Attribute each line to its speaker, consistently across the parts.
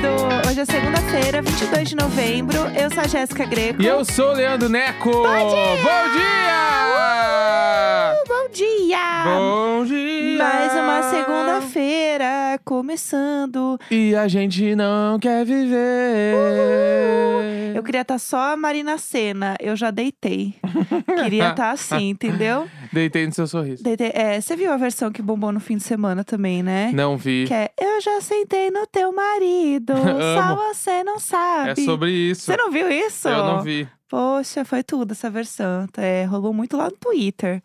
Speaker 1: um Hoje é segunda-feira, 22 de novembro. Eu sou a Jéssica Greco.
Speaker 2: E eu sou o Leandro Neco! Bom dia! Bom dia!
Speaker 1: Uh, bom dia!
Speaker 2: Bom dia!
Speaker 1: Mais uma segunda-feira começando.
Speaker 2: E a gente não quer viver.
Speaker 1: Eu queria estar só a Marina Senna. Eu já deitei. queria estar assim, entendeu?
Speaker 2: Deitei no seu sorriso.
Speaker 1: Deitei. É, você viu a versão que bombou no fim de semana também, né?
Speaker 2: Não vi.
Speaker 1: Que é, eu já sentei no teu marido, só
Speaker 2: Amo.
Speaker 1: você não sabe.
Speaker 2: É sobre isso.
Speaker 1: Você não viu isso?
Speaker 2: Eu não vi.
Speaker 1: Poxa, foi tudo essa versão. É, rolou muito lá no Twitter.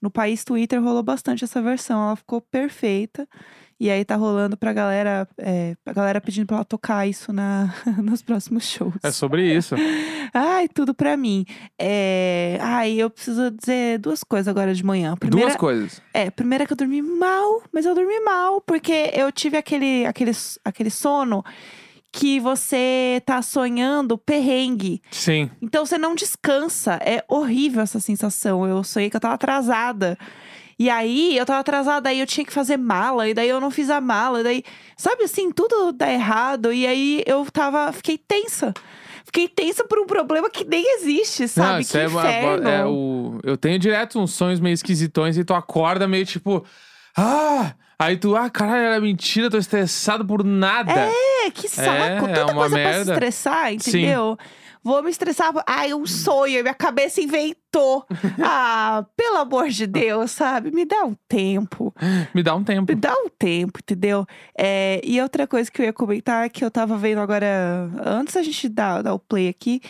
Speaker 1: No país Twitter rolou bastante essa versão. Ela ficou perfeita. E aí tá rolando pra galera, é, pra galera pedindo pra ela tocar isso na, nos próximos shows.
Speaker 2: É sobre isso.
Speaker 1: Ai, tudo pra mim. É, ai, eu preciso dizer duas coisas agora de manhã. Primeira,
Speaker 2: Duas coisas.
Speaker 1: é, primeira que eu dormi mal, mas eu dormi mal, porque eu tive aquele, aquele, aquele sono que você tá sonhando perrengue.
Speaker 2: Sim.
Speaker 1: Então você não descansa. É horrível essa sensação. Eu sonhei que eu tava atrasada. E aí, eu tava atrasada, aí eu tinha que fazer mala, e daí eu não fiz a mala, e daí, sabe assim, tudo dá errado. E aí eu tava, fiquei tensa. Fiquei tensa por um problema que nem existe, sabe?
Speaker 2: Não,
Speaker 1: que
Speaker 2: isso é, uma-
Speaker 1: inferno.
Speaker 2: é o- Eu tenho direto uns sonhos meio esquisitões e tu acorda meio tipo. Ah! Aí tu, ah, caralho, era mentira, tô estressado por nada.
Speaker 1: É, que saco.
Speaker 2: é
Speaker 1: Tanta coisa pra
Speaker 2: uma
Speaker 1: se
Speaker 2: merda.
Speaker 1: estressar, entendeu? Vou me estressar. por- Ai, um sonho. Minha cabeça inventou. ah, pelo amor de Deus, sabe? Me dá um tempo.
Speaker 2: Me dá um tempo.
Speaker 1: Me dá um tempo, entendeu? É, e outra coisa que eu ia comentar é que eu tava vendo agora, antes da gente dar, dar o play aqui,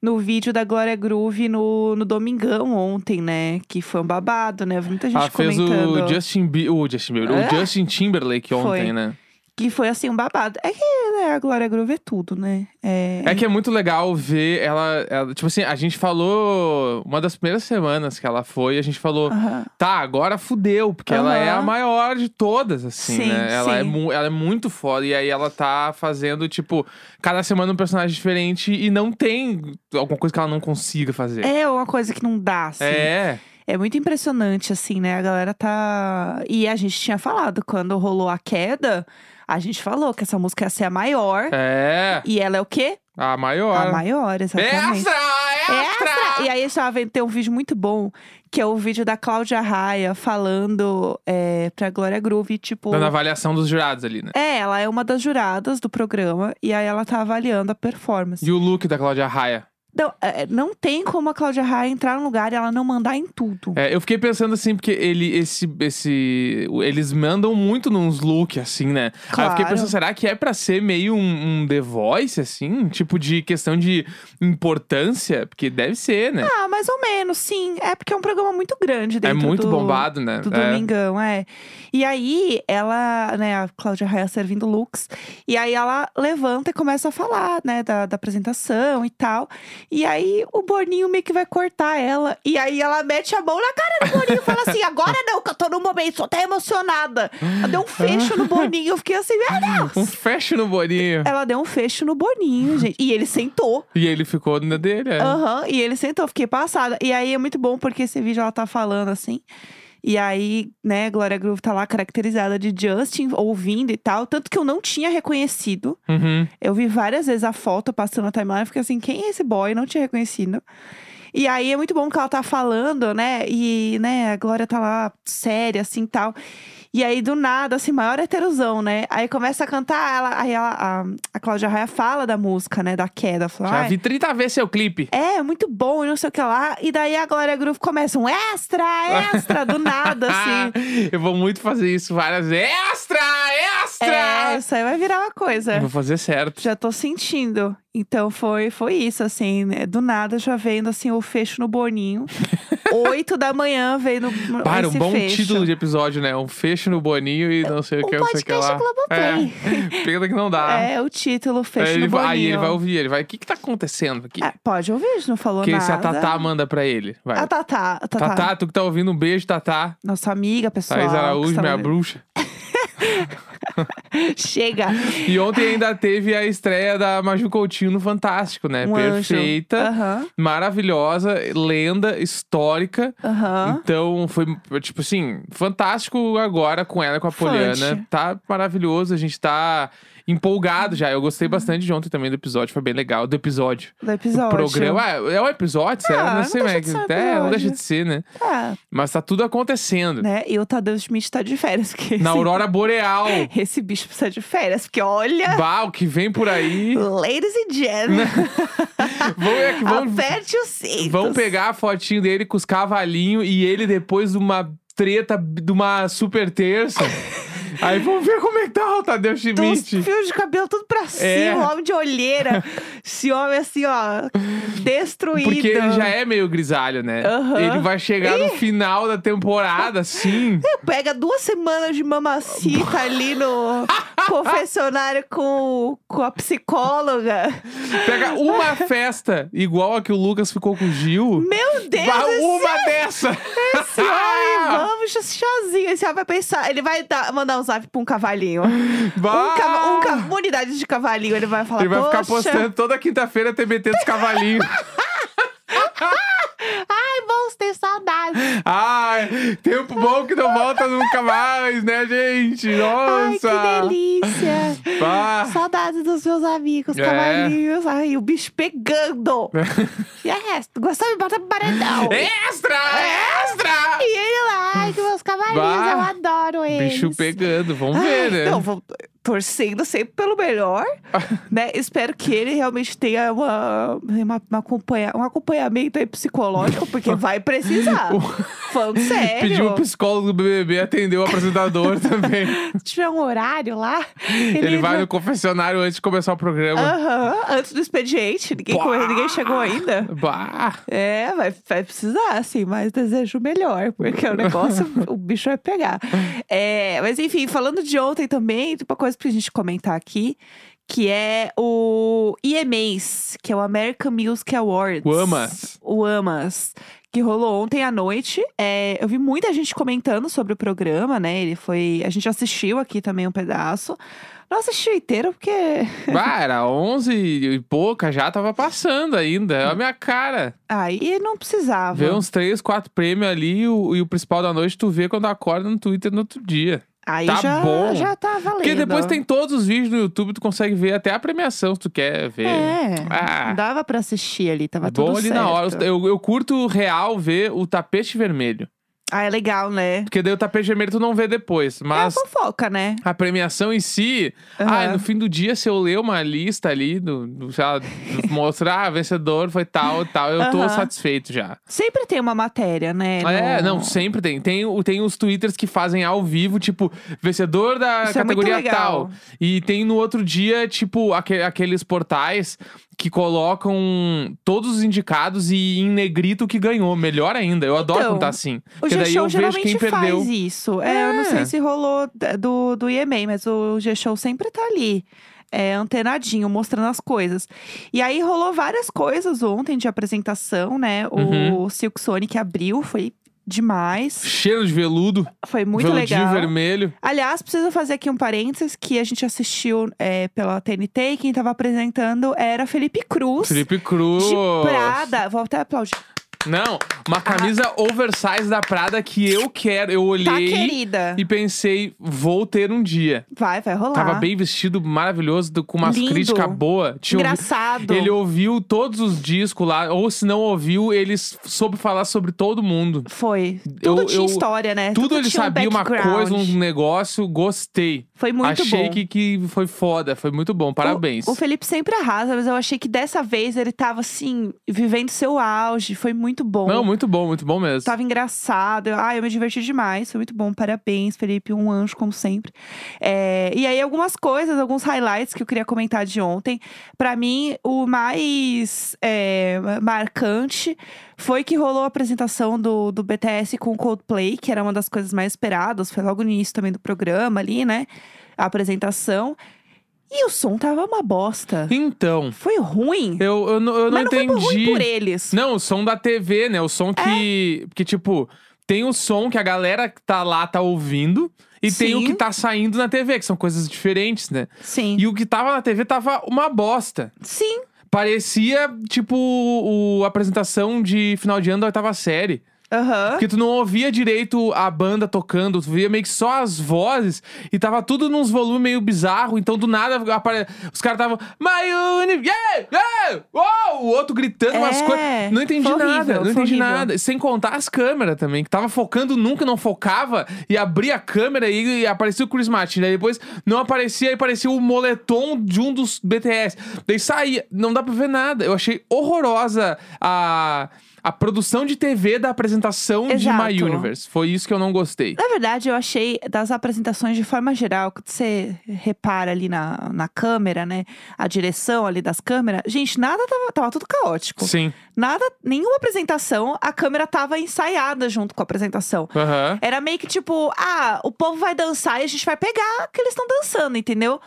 Speaker 1: no vídeo da Glória Groove no, no Domingão ontem, né? Que foi um babado, né? Eu vi Muita gente
Speaker 2: Ah, fez
Speaker 1: comentando.
Speaker 2: o Justin, Bi- o Justin Bieber,
Speaker 1: É?
Speaker 2: o Justin Timberlake ontem,
Speaker 1: Foi.
Speaker 2: né?
Speaker 1: Que foi assim, um babado. É que né, a Glória Groove é tudo, né? É,
Speaker 2: É que é muito legal ver ela, ela- Tipo assim, a gente falou. Uma das primeiras semanas que ela foi, a gente falou.
Speaker 1: Aham.
Speaker 2: Tá, agora fudeu, porque ela é a
Speaker 1: Aham.
Speaker 2: maior de todas, assim,
Speaker 1: Sim,
Speaker 2: né? Ela, É
Speaker 1: sim.
Speaker 2: mu- ela é muito foda. E aí ela tá fazendo, tipo, cada semana um personagem diferente e não tem alguma coisa que ela não consiga fazer.
Speaker 1: É uma coisa que não dá, assim.
Speaker 2: É,
Speaker 1: É muito impressionante, assim, né? A galera tá. E a gente tinha falado, quando rolou a queda, a gente falou que essa música ia ser a maior.
Speaker 2: é.
Speaker 1: E ela é o quê?
Speaker 2: A maior. É
Speaker 1: A maior, exatamente.
Speaker 2: Extra! Extra!
Speaker 1: Extra! E aí eu tava vendo, tem um vídeo muito bom, que é o vídeo da Cláudia Raia falando é, pra Glória Groove, tipo.
Speaker 2: Na avaliação dos jurados ali, né?
Speaker 1: É, ela é uma das juradas do programa, e aí ela tá avaliando a performance.
Speaker 2: E o look da Cláudia Raia.
Speaker 1: Não, é, não tem como a Cláudia Raia entrar num lugar e ela não mandar em tudo.
Speaker 2: É, eu fiquei pensando assim, porque ele, esse, esse, o- eles mandam muito nos looks, assim, né? Aí eu fiquei
Speaker 1: Claro.
Speaker 2: pensando, será que é pra ser meio um, um The Voice, assim? Tipo de questão de importância? Porque deve ser, né?
Speaker 1: Ah, mais ou menos, sim. É porque é um programa muito grande
Speaker 2: é
Speaker 1: dentro
Speaker 2: muito
Speaker 1: do,
Speaker 2: bombado, né?
Speaker 1: do
Speaker 2: É.
Speaker 1: Domingão, é. E aí, ela, né, a Cláudia Raia servindo looks. E aí, ela levanta e começa a falar, né, da, da apresentação e tal. E aí, o Boninho meio que vai cortar ela. E aí, ela mete a mão na cara do Boninho e fala assim: agora não, que eu tô num momento, sou até emocionada. Ela deu um fecho no Boninho. Eu fiquei assim, meu
Speaker 2: Um
Speaker 1: Deus!
Speaker 2: fecho no boninho.
Speaker 1: Ela deu um fecho no Boninho, gente. E ele sentou.
Speaker 2: E ele ficou na dele, é.
Speaker 1: Aham, e ele sentou, fiquei passada. E aí é muito bom porque esse vídeo ela tá falando assim. E aí, né, Glória Groove tá lá caracterizada de Justin, ouvindo e tal. Tanto que eu não tinha reconhecido.
Speaker 2: Uhum.
Speaker 1: Eu vi várias vezes a foto passando na timeline. eu Fiquei assim, quem é esse boy? Não tinha reconhecido. E aí é muito bom que ela tá falando, né? E, né, a Glória tá lá séria, assim tal. E aí, do nada, assim, maior heterosão, né? Aí começa a cantar, ela, aí ela- a, a Cláudia Raia fala da música, né? Da queda. Fala,
Speaker 2: Já
Speaker 1: "Ai,
Speaker 2: vi 30 vezes seu clipe.
Speaker 1: é, muito bom, e não sei o que lá. E daí a Glória Groove começa um extra, extra, do nada, assim.
Speaker 2: eu vou muito fazer isso várias vezes. Extra! Extra!
Speaker 1: É, isso aí vai virar uma coisa.
Speaker 2: Vou fazer certo.
Speaker 1: Já tô sentindo. Então foi, foi isso, assim, né? Do nada já vendo, assim, o fecho no Boninho. Oito da manhã veio no. no-
Speaker 2: Para, um
Speaker 1: esse
Speaker 2: bom
Speaker 1: fecho.
Speaker 2: título de episódio, né? Um fecho no boninho e não sei o
Speaker 1: Um
Speaker 2: que, não sei o que
Speaker 1: podcast
Speaker 2: lá.
Speaker 1: Globoplay.
Speaker 2: É, pena que não dá.
Speaker 1: É, o título, fecho
Speaker 2: Aí
Speaker 1: no
Speaker 2: ele vai-
Speaker 1: Boninho.
Speaker 2: aí ele vai ouvir, ele vai, o que que tá acontecendo aqui?
Speaker 1: Ah, pode ouvir, a gente não falou
Speaker 2: que
Speaker 1: nada. É
Speaker 2: se é a Tatá manda pra ele, vai.
Speaker 1: A Tatá, a Tatá.
Speaker 2: Tatá, tu que tá ouvindo, um beijo, Tatá.
Speaker 1: Nossa amiga, pessoal.
Speaker 2: Thaís
Speaker 1: que
Speaker 2: Araújo,
Speaker 1: tá
Speaker 2: minha
Speaker 1: ouvindo.
Speaker 2: bruxa.
Speaker 1: Chega.
Speaker 2: E ontem ainda teve a estreia da Maju Coutinho no Fantástico, né?
Speaker 1: Um anjo.
Speaker 2: Perfeita,
Speaker 1: Aham,
Speaker 2: maravilhosa, lenda, histórica.
Speaker 1: aham.
Speaker 2: Então foi, tipo assim, fantástico agora com ela, com a
Speaker 1: Fante.
Speaker 2: Poliana. Tá maravilhoso, a gente tá empolgado já. Eu
Speaker 1: Uhum.
Speaker 2: gostei bastante de ontem também do episódio, foi bem legal. Do episódio.
Speaker 1: do episódio.
Speaker 2: Do programa. Ah, é um episódio, sério?
Speaker 1: Ah,
Speaker 2: não
Speaker 1: não
Speaker 2: sei como é que.
Speaker 1: deixa de ser um
Speaker 2: É, não
Speaker 1: episódio.
Speaker 2: deixa de ser, né?
Speaker 1: Ah,
Speaker 2: Mas tá tudo acontecendo.
Speaker 1: né? E o Tadeu Schmidt tá de férias. Porque esse,
Speaker 2: Na Aurora Boreal.
Speaker 1: esse bicho precisa de férias, porque olha.
Speaker 2: bah, o que vem por aí.
Speaker 1: Ladies and gentlemen,
Speaker 2: Vão, é que Né? vão,
Speaker 1: aperte os cintos.
Speaker 2: vão pegar a fotinho dele com os cavalinhos e ele depois de uma treta, de uma super terça. aí vamos ver como é que tá o Tadeu
Speaker 1: Dos
Speaker 2: Schmidt.
Speaker 1: fios de cabelo tudo pra
Speaker 2: É.
Speaker 1: cima, homem de olheira. Esse homem assim, ó, destruído.
Speaker 2: Porque ele já é meio grisalho, né?
Speaker 1: Aham.
Speaker 2: Ele vai chegar no final da temporada, sim.
Speaker 1: Pega duas semanas de mamacita ali no confessionário com, com a psicóloga.
Speaker 2: Pega uma festa igual a que o Lucas ficou com o Gil.
Speaker 1: Meu Deus!
Speaker 2: Bah,
Speaker 1: esse-
Speaker 2: uma Ah! dessa!
Speaker 1: Esse homem, vamos, ch- chazinho. Esse homem vai pensar. Ele vai dar- mandar um zap pra um cavalinho.
Speaker 2: Bah!
Speaker 1: Um cava- um ca- uma unidade de cavalinho. Ele vai falar,
Speaker 2: Ah! Ele vai ficar
Speaker 1: "Poxa,
Speaker 2: postando toda quinta-feira TBT dos cavalinhos.
Speaker 1: Ai, vamos ter saudade.
Speaker 2: Ai, tempo bom que não volta nunca mais, né, gente?
Speaker 1: Ai,
Speaker 2: Nossa!
Speaker 1: que delícia.
Speaker 2: Bah.
Speaker 1: Saudades dos meus amigos,
Speaker 2: Ah. É.
Speaker 1: cavalinhos. Ai, o bicho pegando.
Speaker 2: É.
Speaker 1: yes, gostou? Me bota pro paredão.
Speaker 2: Extra! Extra!
Speaker 1: E ele lá, ai, que meus cavalinhos,
Speaker 2: Bah.
Speaker 1: eu adoro eles.
Speaker 2: Bicho pegando, vamos
Speaker 1: Ai,
Speaker 2: ver, né?
Speaker 1: Não, vou- torcendo sempre pelo melhor, né? Espero que ele realmente tenha uma, uma- uma acompanha- um acompanhamento aí psicológico, porque vai precisar. Falando sério.
Speaker 2: Pediu o psicólogo do BBB, atendeu o apresentador também.
Speaker 1: Se tiver um horário lá, ele,
Speaker 2: Ele vai no confessionário antes de começar o
Speaker 1: Ah.
Speaker 2: programa.
Speaker 1: Aham, antes do expediente. Ninguém,
Speaker 2: Pá!
Speaker 1: correu, ninguém chegou ainda.
Speaker 2: Bah!
Speaker 1: É, vai, vai precisar, assim, mas desejo o melhor, porque o negócio, o bicho vai pegar. É, mas enfim, falando de ontem também, tem uma coisa pra gente comentar aqui, que é o EMAs, que é o American Music Awards.
Speaker 2: O AMAs.
Speaker 1: O AMAS, que rolou ontem à noite. É, eu vi muita gente comentando sobre o programa, né? Ele foi. A gente assistiu aqui também um pedaço. Não assisti inteiro, porque.
Speaker 2: Bah, era 11 e pouca, já tava passando ainda. É a minha cara.
Speaker 1: Aí não precisava.
Speaker 2: Vê uns 3, 4 prêmios ali e o, e o principal da noite tu vê quando acorda no Twitter no outro dia.
Speaker 1: Aí
Speaker 2: tá
Speaker 1: já,
Speaker 2: bom.
Speaker 1: já tá valendo.
Speaker 2: Porque depois tem todos os vídeos no YouTube, tu consegue ver até a premiação se tu quer ver.
Speaker 1: É,
Speaker 2: Ah.
Speaker 1: dava pra assistir ali, tava
Speaker 2: É Bom
Speaker 1: tudo
Speaker 2: ali
Speaker 1: certo.
Speaker 2: na hora. Eu, eu curto real ver o tapete vermelho.
Speaker 1: Ah, é legal, né?
Speaker 2: Porque daí o tapete vermelho tu não vê depois. Mas
Speaker 1: É a fofoca, né?
Speaker 2: a premiação em si.
Speaker 1: Aham.
Speaker 2: Ah, no fim do dia, se eu ler uma lista ali, do, do, sei lá, do- mostrar, ah, vencedor foi tal, tal, eu tô
Speaker 1: Aham.
Speaker 2: satisfeito já.
Speaker 1: Sempre tem uma matéria, né?
Speaker 2: É,
Speaker 1: no-
Speaker 2: não, sempre tem. Tem, o- tem os twitters que fazem ao vivo, tipo, vencedor da
Speaker 1: Isso é muito
Speaker 2: categoria
Speaker 1: legal.
Speaker 2: tal. E tem no outro dia, tipo, aque- aqueles portais que colocam todos os indicados e em negrito o que ganhou. Melhor ainda, eu adoro
Speaker 1: Então,
Speaker 2: quando tá assim.
Speaker 1: O
Speaker 2: Porque daí
Speaker 1: G-Show
Speaker 2: eu vejo
Speaker 1: geralmente
Speaker 2: quem perdeu.
Speaker 1: faz isso. É, eu não
Speaker 2: É.
Speaker 1: sei se rolou da- do, do EMA, mas o G-Show sempre tá ali. É, antenadinho, mostrando as coisas. E aí rolou várias coisas ontem de apresentação, né? O
Speaker 2: Uhum.
Speaker 1: Silk Sonic abriu, foi demais.
Speaker 2: Cheiro de veludo,
Speaker 1: Foi muito
Speaker 2: veludinho
Speaker 1: legal.
Speaker 2: vermelho.
Speaker 1: Aliás, preciso fazer aqui um parênteses que a gente assistiu é, pela TNT e quem tava apresentando era Felipe Cruz.
Speaker 2: Felipe Cruz.
Speaker 1: De Prada, vou até aplaudir. Tá,
Speaker 2: Não,
Speaker 1: Ah.
Speaker 2: uma camisa oversize da Prada que eu quero. Eu
Speaker 1: Tá,
Speaker 2: olhei
Speaker 1: querida.
Speaker 2: e pensei, vou ter um dia.
Speaker 1: Vai, vai rolar.
Speaker 2: Tava bem vestido, maravilhoso, do- com umas
Speaker 1: Lindo.
Speaker 2: críticas boas. Tinha ouvi-
Speaker 1: Engraçado.
Speaker 2: Ele ouviu todos os discos lá, ou se não ouviu, ele s- soube falar sobre todo mundo.
Speaker 1: Foi.
Speaker 2: Eu-
Speaker 1: Tudo tinha
Speaker 2: eu-
Speaker 1: história, né?
Speaker 2: Tudo ele
Speaker 1: tinha um
Speaker 2: sabia, uma
Speaker 1: background.
Speaker 2: coisa, um negócio, gostei.
Speaker 1: Foi muito
Speaker 2: Achei
Speaker 1: bom.
Speaker 2: Que, que foi foda, foi muito bom, parabéns.
Speaker 1: O Felipe sempre arrasa, mas eu achei que dessa vez ele tava, assim, vivendo seu auge. Foi muito é bom. Tá
Speaker 2: Não, muito bom, muito bom mesmo.
Speaker 1: Tava engraçado. Ah, eu me diverti demais. Foi muito bom. Parabéns, Felipe. Um anjo, como sempre. É, e aí, algumas coisas, alguns highlights que eu queria comentar de ontem. Pra mim, o mais é, marcante foi que rolou a apresentação do, do BTS com o Coldplay, que era uma das coisas mais esperadas. Foi logo no início também do programa ali, né? A apresentação. E o som tava uma bosta.
Speaker 2: Então,
Speaker 1: Foi ruim.
Speaker 2: eu, eu, não- eu não
Speaker 1: Mas
Speaker 2: entendi.
Speaker 1: não foi ruim por eles.
Speaker 2: Não, o som da TV, né? O som que. Que, tipo, tem o som que a galera que tá lá tá ouvindo. E tem o
Speaker 1: Sim.
Speaker 2: que tá saindo na TV, que são coisas diferentes, né?
Speaker 1: Sim.
Speaker 2: E o que tava na TV tava uma bosta.
Speaker 1: Sim.
Speaker 2: Parecia, tipo, o, a apresentação de final de ano da oitava série.
Speaker 1: Aham.
Speaker 2: Porque tu não ouvia direito a banda tocando, tu via meio que só as vozes e tava tudo nos volumes meio bizarro, então do nada apare... os caras tavam Mayune, yeah, yeah, uou", o outro gritando umas
Speaker 1: É,
Speaker 2: coisas. Não entendi
Speaker 1: foi horrível,
Speaker 2: nada, não
Speaker 1: foi
Speaker 2: entendi
Speaker 1: horrível.
Speaker 2: nada. Sem contar as câmeras também, que tava focando nunca, não focava e abria a câmera e, e aparecia o Chris Martin, daí depois não aparecia e parecia o moletom de um dos BTS. Daí saía, não dá pra ver nada. Eu achei horrorosa a a produção de TV da apresentação
Speaker 1: Exato.
Speaker 2: de My Universe. Foi isso que eu não gostei.
Speaker 1: Na verdade, eu achei das apresentações de forma geral, que você repara ali na, na câmera, né? A direção ali das câmeras. Gente, nada tava, tava tudo caótico.
Speaker 2: Sim.
Speaker 1: Nada, nenhuma apresentação, a câmera tava ensaiada junto com a apresentação.
Speaker 2: Aham.
Speaker 1: Era meio que tipo, ah, o povo vai dançar e a gente vai pegar que eles estão dançando, entendeu?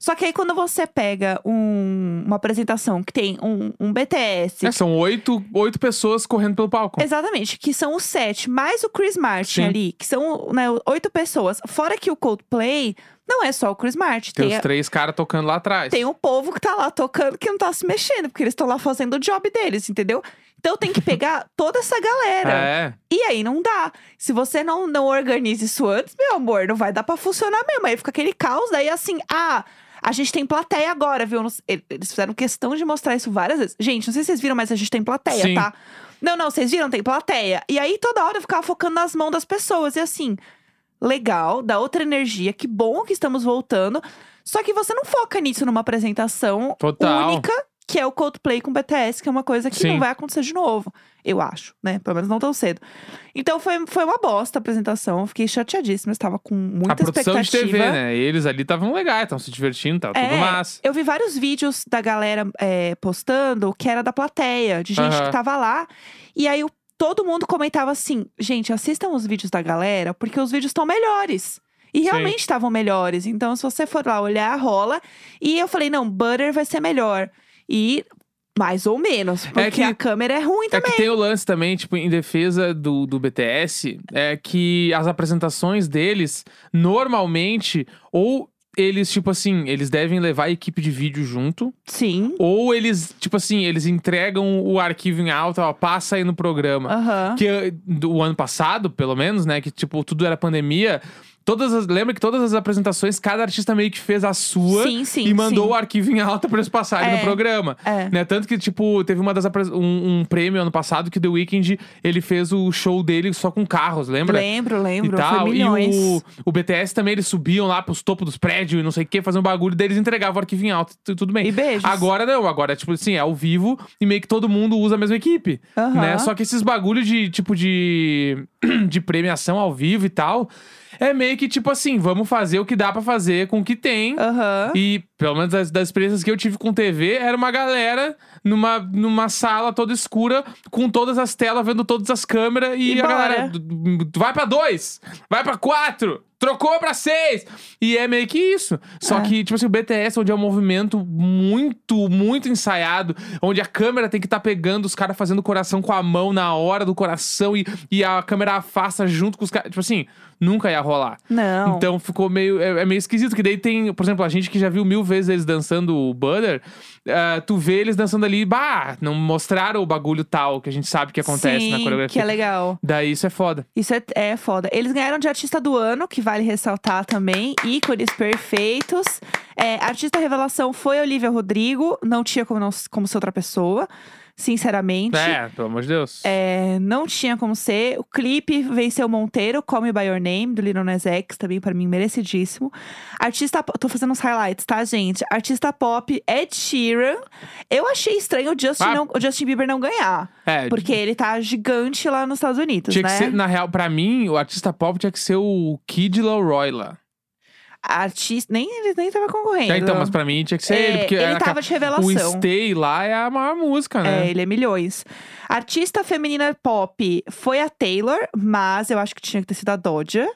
Speaker 1: Só que aí quando você pega um- uma apresentação que tem um, um BTS,
Speaker 2: É, são oito, oito pessoas correndo pelo palco.
Speaker 1: Exatamente, que são os sete, mais o Chris Martin
Speaker 2: Sim.
Speaker 1: ali, que são né, oito pessoas. Fora que o Coldplay não é só o Chris Martin,
Speaker 2: Tem
Speaker 1: tem,
Speaker 2: os
Speaker 1: a-
Speaker 2: três caras tocando lá atrás.
Speaker 1: tem o povo que tá lá tocando que não tá se mexendo, porque eles estão lá fazendo o job deles, entendeu? Então tem que pegar toda essa galera.
Speaker 2: É.
Speaker 1: E aí não dá. Se você não, não organiza isso antes, meu amor, não vai dar pra funcionar mesmo. Aí fica aquele caos, daí assim, ah. A gente tem plateia agora, viu? Não sei- Eles fizeram questão de mostrar isso várias vezes. Gente, não sei se vocês viram, mas a gente tem plateia,
Speaker 2: Sim.
Speaker 1: tá? Não, não, vocês viram, tem plateia. E aí toda hora eu ficava focando nas mãos das pessoas. E assim, legal, dá outra energia, que bom que estamos voltando. Só que você não foca nisso numa apresentação
Speaker 2: Total.
Speaker 1: única, que é o Coldplay com BTS, que é uma coisa que
Speaker 2: Sim.
Speaker 1: não vai acontecer de novo. Eu acho, né? Pelo menos não tão cedo. Então foi, foi uma bosta a apresentação. eu Fiquei chateadíssima, eu estava com muita
Speaker 2: A produção de
Speaker 1: expectativa.
Speaker 2: TV, né? Eles ali estavam legais, estavam se divertindo, tava tudo
Speaker 1: É,
Speaker 2: massa.
Speaker 1: Eu vi vários vídeos da galera é, postando que era da plateia, de gente
Speaker 2: Aham.
Speaker 1: que tava lá. E aí o- todo mundo comentava assim: gente, assistam os vídeos da galera, porque os vídeos estão melhores. E realmente estavam melhores. Então, se você for lá olhar, rola. E eu falei: não, Butter vai ser melhor. E mais ou menos, porque
Speaker 2: que-
Speaker 1: a câmera é ruim
Speaker 2: É
Speaker 1: também.
Speaker 2: que tem o lance também, tipo, em defesa do, do BTS, é que as apresentações deles, normalmente, ou eles, tipo assim, eles devem levar a equipe de vídeo junto,
Speaker 1: Sim.
Speaker 2: Ou eles, tipo assim, eles entregam o arquivo em alta, ó, passa aí no programa.
Speaker 1: Aham.
Speaker 2: Que eh, do ano passado, pelo menos, né? Que, tipo, tudo era pandemia. Todas as- lembra que todas as apresentações, cada artista meio que fez a sua
Speaker 1: Sim, sim.
Speaker 2: e mandou
Speaker 1: sim.
Speaker 2: o arquivo em alta pra eles passarem no
Speaker 1: É.
Speaker 2: programa.
Speaker 1: É.
Speaker 2: Né? Tanto que, tipo, teve uma das apres- um, um prêmio ano passado que The Weeknd, ele fez o show dele só com carros, lembra?
Speaker 1: Lembro, lembro.
Speaker 2: e tal.
Speaker 1: Foi
Speaker 2: E
Speaker 1: milhões.
Speaker 2: o, o BTS também, eles subiam lá pros topos dos prédios e não sei o que, faziam bagulho, daí eles entregavam o arquivo em alta, tu- tudo bem.
Speaker 1: E beijos.
Speaker 2: Agora não, agora, tipo assim, é ao vivo e meio que todo mundo usa a mesma equipe.
Speaker 1: Aham.
Speaker 2: Né? Só que esses bagulho de, tipo, de, de premiação ao vivo e tal, é meio que, tipo assim, vamos fazer o que dá pra fazer com o que tem.
Speaker 1: Aham.
Speaker 2: E, pelo menos das, das experiências que eu tive com TV, era uma galera numa, numa sala toda escura, com todas as telas, vendo todas as câmeras, e,
Speaker 1: E
Speaker 2: a
Speaker 1: bora.
Speaker 2: galera. "Du- du- du- Vai pra dois! Vai pra quatro! Trocou pra seis! E é meio que isso. Só
Speaker 1: É.
Speaker 2: que, tipo assim, o BTS, onde é um movimento muito, muito ensaiado, onde a câmera tem que estar pegando os caras fazendo coração com a mão na hora do coração e, e a câmera afasta junto com os caras. Tipo assim, nunca ia rolar.
Speaker 1: Não.
Speaker 2: Então ficou meio. É, é meio esquisito. Que daí tem, por exemplo, a gente que já viu mil vezes eles dançando o Butter, ah, tu vê eles dançando ali, bah, não mostraram o bagulho tal que a gente sabe que acontece
Speaker 1: Sim,
Speaker 2: na
Speaker 1: Que
Speaker 2: coreografia.
Speaker 1: é legal.
Speaker 2: Daí isso é foda.
Speaker 1: Isso é, é foda. Eles ganharam de artista do ano, que vale ressaltar também. Ícones perfeitos. É, artista revelação foi Olivia Rodrigo. Não tinha como, não- como ser outra pessoa, sinceramente.
Speaker 2: É, pelo amor de Deus.
Speaker 1: É, não tinha como ser. O clipe venceu Monteiro, Call Me By Your Name, do Lil Nas X, também pra mim merecidíssimo. Artista pop, tô fazendo uns highlights, tá, gente? Artista pop, Ed Sheeran. Eu achei estranho o Justin,
Speaker 2: Ah.
Speaker 1: não- o Justin Bieber não ganhar,
Speaker 2: É,
Speaker 1: porque ele tá gigante lá nos Estados Unidos,
Speaker 2: tinha
Speaker 1: né?
Speaker 2: que ser, na real, pra mim, o artista pop tinha que ser o Kid Leroy lá.
Speaker 1: artista. Nem eles nem tava concorrendo.
Speaker 2: É, então, mas pra mim tinha que ser
Speaker 1: É,
Speaker 2: ele, porque
Speaker 1: ele
Speaker 2: a-
Speaker 1: tava de revelação.
Speaker 2: o Stay lá é a maior música,
Speaker 1: É,
Speaker 2: né?
Speaker 1: ele é milhões. Artista feminina pop foi a Taylor, mas eu acho que tinha que ter sido a Doja,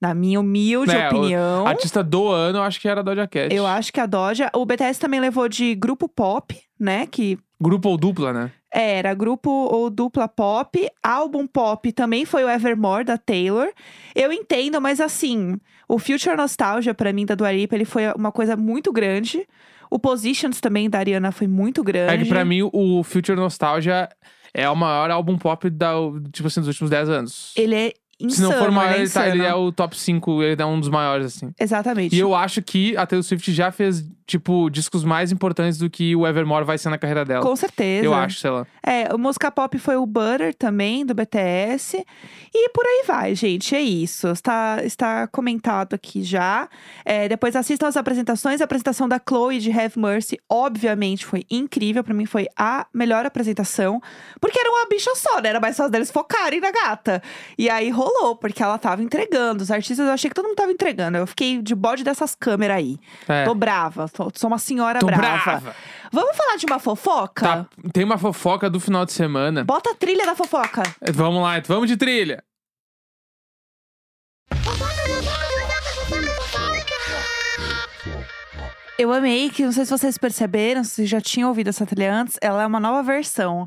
Speaker 1: na minha humilde
Speaker 2: É, o-
Speaker 1: opinião.
Speaker 2: Artista do ano, eu acho que era a Doja Cat.
Speaker 1: então- Eu acho que a Doja. O BTS também levou de grupo pop, né? Que é,
Speaker 2: Grupo ou dupla, né?
Speaker 1: era grupo ou dupla pop. Álbum pop também foi o Evermore, da Taylor. Eu entendo, mas assim, o Future Nostalgia, pra mim, da Dua Lipa, ele foi uma coisa muito grande. O Positions também da Ariana foi muito grande.
Speaker 2: É que pra mim o Future Nostalgia é o maior álbum pop da, tipo assim, dos últimos 10 anos.
Speaker 1: Ele é insano.
Speaker 2: Se não for o maior,
Speaker 1: ele é
Speaker 2: ele, tá- ele
Speaker 1: insano.
Speaker 2: é o top 5, ele é um dos maiores, assim.
Speaker 1: Exatamente.
Speaker 2: E eu acho que a Taylor Swift já fez, tipo, discos mais importantes do que o Evermore vai ser na carreira dela.
Speaker 1: Com certeza.
Speaker 2: Eu acho, sei lá.
Speaker 1: É, o música pop foi o Butter também, do BTS. E por aí vai, gente. É isso. Está, está comentado aqui já. É, depois assistam as apresentações. A apresentação da Chloe de Have Mercy, obviamente, foi incrível. Pra mim, foi a melhor apresentação. Porque era uma bicha só, né? Era mais fácil deles focarem na gata. E aí rolou, porque ela tava entregando. Os artistas, eu achei que todo mundo tava entregando. Eu fiquei de bode dessas câmeras aí.
Speaker 2: É.
Speaker 1: Tô brava. Tô- Sou uma senhora
Speaker 2: Tô
Speaker 1: brava.
Speaker 2: brava.
Speaker 1: Vamos falar de uma fofoca?
Speaker 2: Tá, tem uma fofoca do final de semana.
Speaker 1: Bota a trilha da fofoca.
Speaker 2: Vamos lá, vamos de trilha.
Speaker 1: Eu amei que, não sei se vocês perceberam, se já tinham ouvido essa trilha antes, ela é uma nova versão.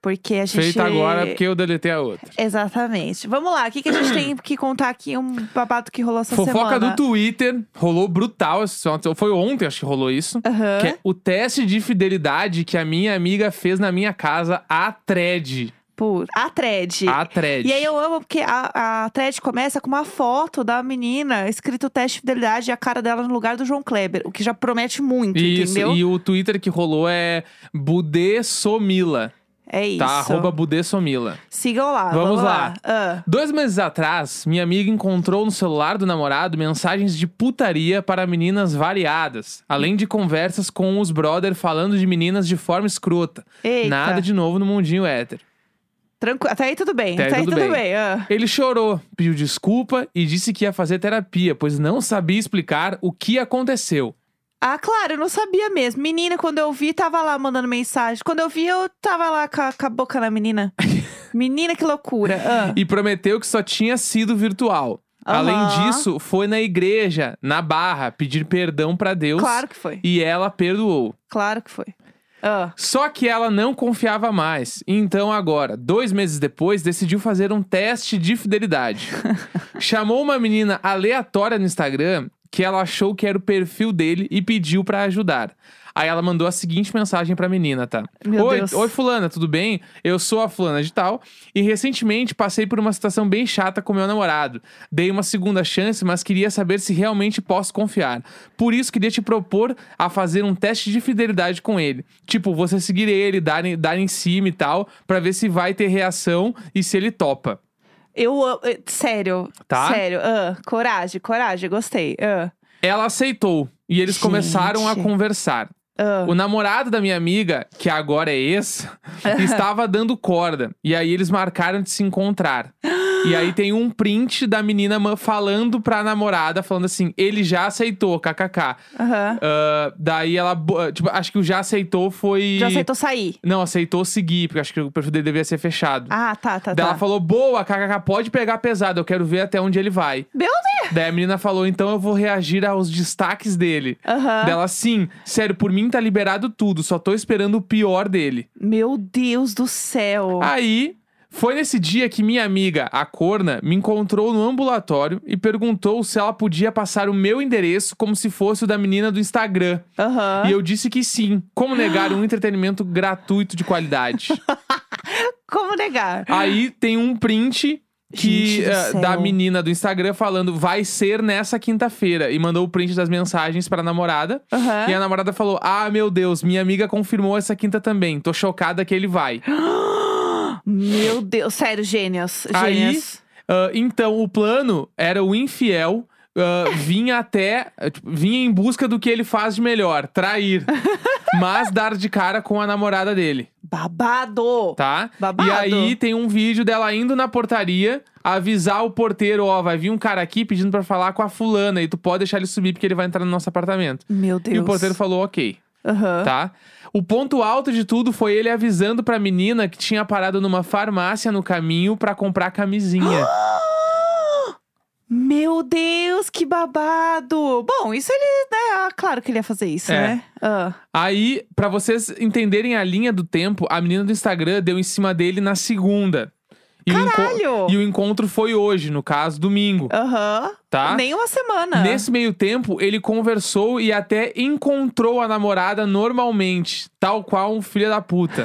Speaker 1: Porque a gente.
Speaker 2: Feita agora, porque eu deletei a outra.
Speaker 1: Exatamente. Vamos lá, o que, que a gente tem que contar aqui? Um babado que rolou essa
Speaker 2: Fofoca
Speaker 1: semana.
Speaker 2: do Twitter, rolou brutal. esse final de semana. Foi ontem, acho que rolou isso.
Speaker 1: Aham.
Speaker 2: Que é o teste de fidelidade que a minha amiga fez na minha casa, a thread.
Speaker 1: Por... A thread.
Speaker 2: A thread.
Speaker 1: E aí eu amo porque a, a thread começa com uma foto da menina escrito teste de fidelidade e a cara dela no lugar do João Kleber, o que já promete muito,
Speaker 2: Isso,
Speaker 1: entendeu?
Speaker 2: e o Twitter que rolou é Budê Somila,
Speaker 1: É isso.
Speaker 2: tá? Arroba Budê Somila.
Speaker 1: Sigam lá.
Speaker 2: Vamos
Speaker 1: lá. Ah,
Speaker 2: Dois meses atrás, minha amiga encontrou no celular do namorado mensagens de putaria para meninas variadas, além de conversas com os brother falando de meninas de forma escrota.
Speaker 1: Eita.
Speaker 2: Nada de novo no mundinho hétero.
Speaker 1: Tranquilo. Até aí tudo bem.
Speaker 2: Até aí tudo
Speaker 1: tudo
Speaker 2: bem.
Speaker 1: bem. ah.
Speaker 2: Ele chorou, pediu desculpa e disse que ia fazer terapia, pois não sabia explicar o que aconteceu.
Speaker 1: Ah, claro, eu não sabia mesmo. Menina, quando eu vi, tava lá mandando mensagem. Quando eu vi, eu tava lá com a, com a boca na menina. menina, que loucura. Ah,
Speaker 2: E prometeu que só tinha sido virtual.
Speaker 1: Aham.
Speaker 2: Além disso, foi na igreja, na barra, pedir perdão pra Deus
Speaker 1: claro que foi.
Speaker 2: e ela perdoou.
Speaker 1: Claro que foi. Ah,
Speaker 2: Só que ela não confiava mais. Então, agora, dois meses depois, decidiu fazer um teste de fidelidade. Chamou uma menina aleatória no Instagram que ela achou que era o perfil dele e pediu pra ajudar. Aí ela mandou a seguinte mensagem pra menina, tá?
Speaker 1: Meu
Speaker 2: oi,
Speaker 1: Deus.
Speaker 2: oi, fulana, tudo bem? Eu sou a fulana de tal e recentemente passei por uma situação bem chata com meu namorado. Dei uma segunda chance, mas queria saber se realmente posso confiar. Por isso queria te propor a fazer um teste de fidelidade com ele. Tipo, você seguir ele, dar, em- dar em cima e tal, pra ver se vai ter reação e se ele topa.
Speaker 1: eu amo. eh, Sério.
Speaker 2: Tá.
Speaker 1: Sério. Ah, coragem, coragem. Gostei. Ah,
Speaker 2: Ela aceitou e eles
Speaker 1: Gente.
Speaker 2: começaram a conversar.
Speaker 1: ah.
Speaker 2: O namorado da minha amiga, que agora é ex, estava dando corda. E aí eles marcaram de se encontrar. E aí tem um print da menina ma- falando pra namorada, falando assim: ele já aceitou, kkk.
Speaker 1: Aham.
Speaker 2: Ah, daí ela. bo- Tipo, acho que o já aceitou foi.
Speaker 1: Já aceitou sair.
Speaker 2: Não, aceitou seguir, porque acho que o perfil dele devia ser fechado.
Speaker 1: Ah, tá, tá,
Speaker 2: Daí
Speaker 1: tá.
Speaker 2: ela falou: boa, kkk, pode pegar pesado, eu quero ver até onde ele vai.
Speaker 1: Meu Deus!
Speaker 2: Daí a menina falou: então eu vou reagir aos destaques dele.
Speaker 1: Aham.
Speaker 2: Dela, sim, sério, por mim tá liberado tudo, só tô esperando o pior dele.
Speaker 1: Meu Deus do céu.
Speaker 2: Aí, foi nesse dia que minha amiga, a corna, me encontrou no ambulatório e perguntou se ela podia passar o meu endereço como se fosse o da menina do Instagram.
Speaker 1: Aham.
Speaker 2: E eu disse que sim. Como negar um entretenimento gratuito de qualidade?
Speaker 1: Como negar?
Speaker 2: Aí tem um print que
Speaker 1: Gente do
Speaker 2: eh, da
Speaker 1: céu.
Speaker 2: menina do Instagram falando vai ser nessa quinta-feira e mandou o print das mensagens pra namorada.
Speaker 1: Aham.
Speaker 2: Ah, E a namorada falou: "Ah, meu Deus, minha amiga confirmou essa quinta também. Tô chocada que ele vai".
Speaker 1: Meu Deus. Sério, gênios.
Speaker 2: Aí-
Speaker 1: Gênios.
Speaker 2: Ah, então o plano era o infiel ah, vinha até ah, tipo, vinha em busca do que ele faz de melhor, trair. mas dar de cara com a namorada dele.
Speaker 1: Babado!
Speaker 2: tá?
Speaker 1: Babado.
Speaker 2: E aí tem um vídeo dela indo na portaria avisar o porteiro, ó, vai vir um cara aqui pedindo pra falar com a fulana e tu pode deixar ele subir porque ele vai entrar no nosso apartamento.
Speaker 1: Meu Deus.
Speaker 2: E o porteiro falou, ok,
Speaker 1: Aham.
Speaker 2: tá? O ponto alto de tudo foi ele avisando pra menina que tinha parado numa farmácia no caminho pra comprar camisinha.
Speaker 1: Meu Deus, que babado! Bom, isso ele, né? ah, claro que ele ia fazer isso,
Speaker 2: É.
Speaker 1: né? Ah,
Speaker 2: aí, pra vocês entenderem a linha do tempo, a menina do Instagram deu em cima dele na segunda. E o enco-
Speaker 1: Caralho!
Speaker 2: e o encontro foi hoje, no caso, domingo,
Speaker 1: Aham.
Speaker 2: tá?
Speaker 1: Nem uma semana.
Speaker 2: Nesse meio tempo, ele conversou e até encontrou a namorada normalmente, tal qual um filho da puta.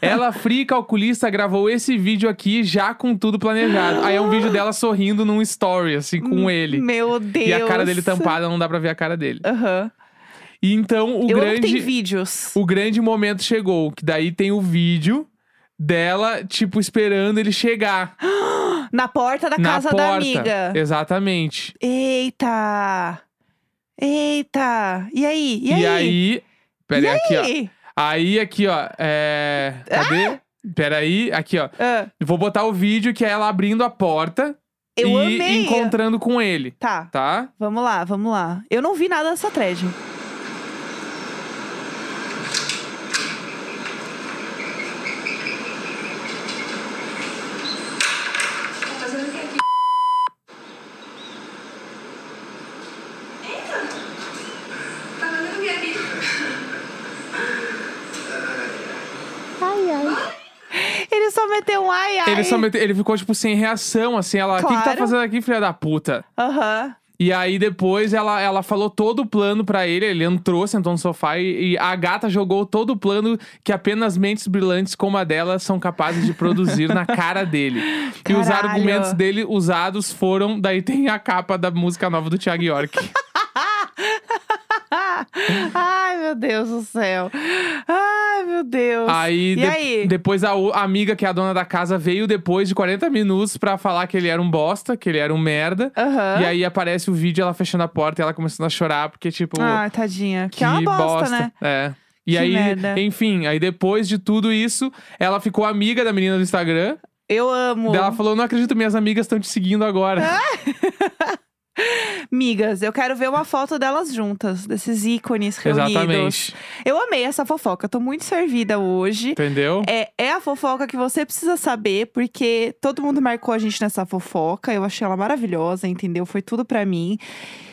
Speaker 2: Ela, fria e calculista, gravou esse vídeo aqui já com tudo planejado. Aí é um vídeo dela sorrindo num story, assim, com ele.
Speaker 1: Meu Deus.
Speaker 2: E a cara dele tampada, não dá pra ver a cara dele.
Speaker 1: Aham.
Speaker 2: E então o
Speaker 1: Eu amo que tem
Speaker 2: grande
Speaker 1: vídeos.
Speaker 2: o grande momento chegou, que daí tem o vídeo dela tipo esperando ele chegar
Speaker 1: Na porta da
Speaker 2: na
Speaker 1: casa
Speaker 2: porta.
Speaker 1: da amiga.
Speaker 2: Exatamente.
Speaker 1: Eita! Eita! E aí? E aí?
Speaker 2: aí, pera
Speaker 1: E
Speaker 2: aí, aqui, ó.
Speaker 1: aí?
Speaker 2: Aí, aqui, ó. É. Cadê? Peraí, aqui, ó.
Speaker 1: Ah,
Speaker 2: Vou botar o vídeo que é ela abrindo a porta
Speaker 1: eu
Speaker 2: e
Speaker 1: amei.
Speaker 2: encontrando com ele,
Speaker 1: Tá,
Speaker 2: tá?
Speaker 1: vamos lá, vamos lá. Eu não vi nada dessa thread.
Speaker 3: Tá fazendo o que aqui? Eita! Tá fazendo o que aqui?
Speaker 1: Ele só meteu um ai ai.
Speaker 2: Ele só mete- ele ficou, tipo, sem reação, assim. Ela, o que, que tá
Speaker 1: Claro.
Speaker 2: fazendo aqui, filha da puta?
Speaker 1: Aham.
Speaker 2: E aí depois ela, ela falou todo o plano pra ele, ele entrou, sentou no sofá e, e a gata jogou todo o plano que apenas mentes brilhantes como a dela são capazes de produzir na cara dele. E os
Speaker 1: Caralho.
Speaker 2: argumentos dele usados foram, daí tem a capa da música nova do Thiago York.
Speaker 1: Ai, meu Deus do céu. Ai, meu Deus.
Speaker 2: aí,
Speaker 1: e
Speaker 2: de-
Speaker 1: aí?
Speaker 2: depois a, o- a amiga que é a dona da casa veio depois de 40 minutos pra falar que ele era um bosta, que ele era um merda.
Speaker 1: Aham.
Speaker 2: E aí aparece o vídeo ela fechando a porta e ela começando a chorar porque tipo,
Speaker 1: Ah, tadinha. Que,
Speaker 2: Que
Speaker 1: é uma bosta, né?
Speaker 2: É. E
Speaker 1: Que
Speaker 2: aí,
Speaker 1: merda.
Speaker 2: enfim, aí depois de tudo isso, ela ficou amiga da menina do Instagram.
Speaker 1: Eu amo.
Speaker 2: Daí ela falou: não acredito, minhas amigas estão te seguindo agora.
Speaker 1: Ah. Migas, eu quero ver uma foto delas juntas, desses ícones reunidos.
Speaker 2: Exatamente.
Speaker 1: Eu amei essa fofoca, eu tô muito servida hoje.
Speaker 2: Entendeu?
Speaker 1: É, é a fofoca que você precisa saber, porque todo mundo marcou a gente nessa fofoca. Eu achei ela maravilhosa, entendeu? Foi tudo pra mim.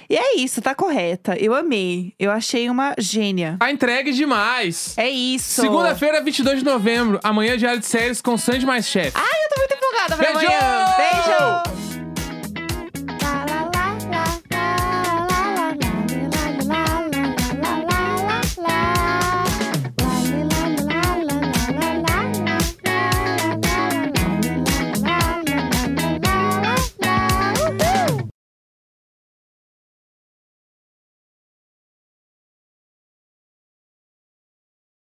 Speaker 1: E é isso, tá correta. Eu amei. Eu achei uma gênia.
Speaker 2: A entrega é demais.
Speaker 1: É isso.
Speaker 2: Segunda-feira, 22 de novembro. Amanhã, diário de séries com Sandy mais chefe.
Speaker 1: Eu tô muito empolgada pra
Speaker 2: Beijo!
Speaker 1: amanhã. Beijo!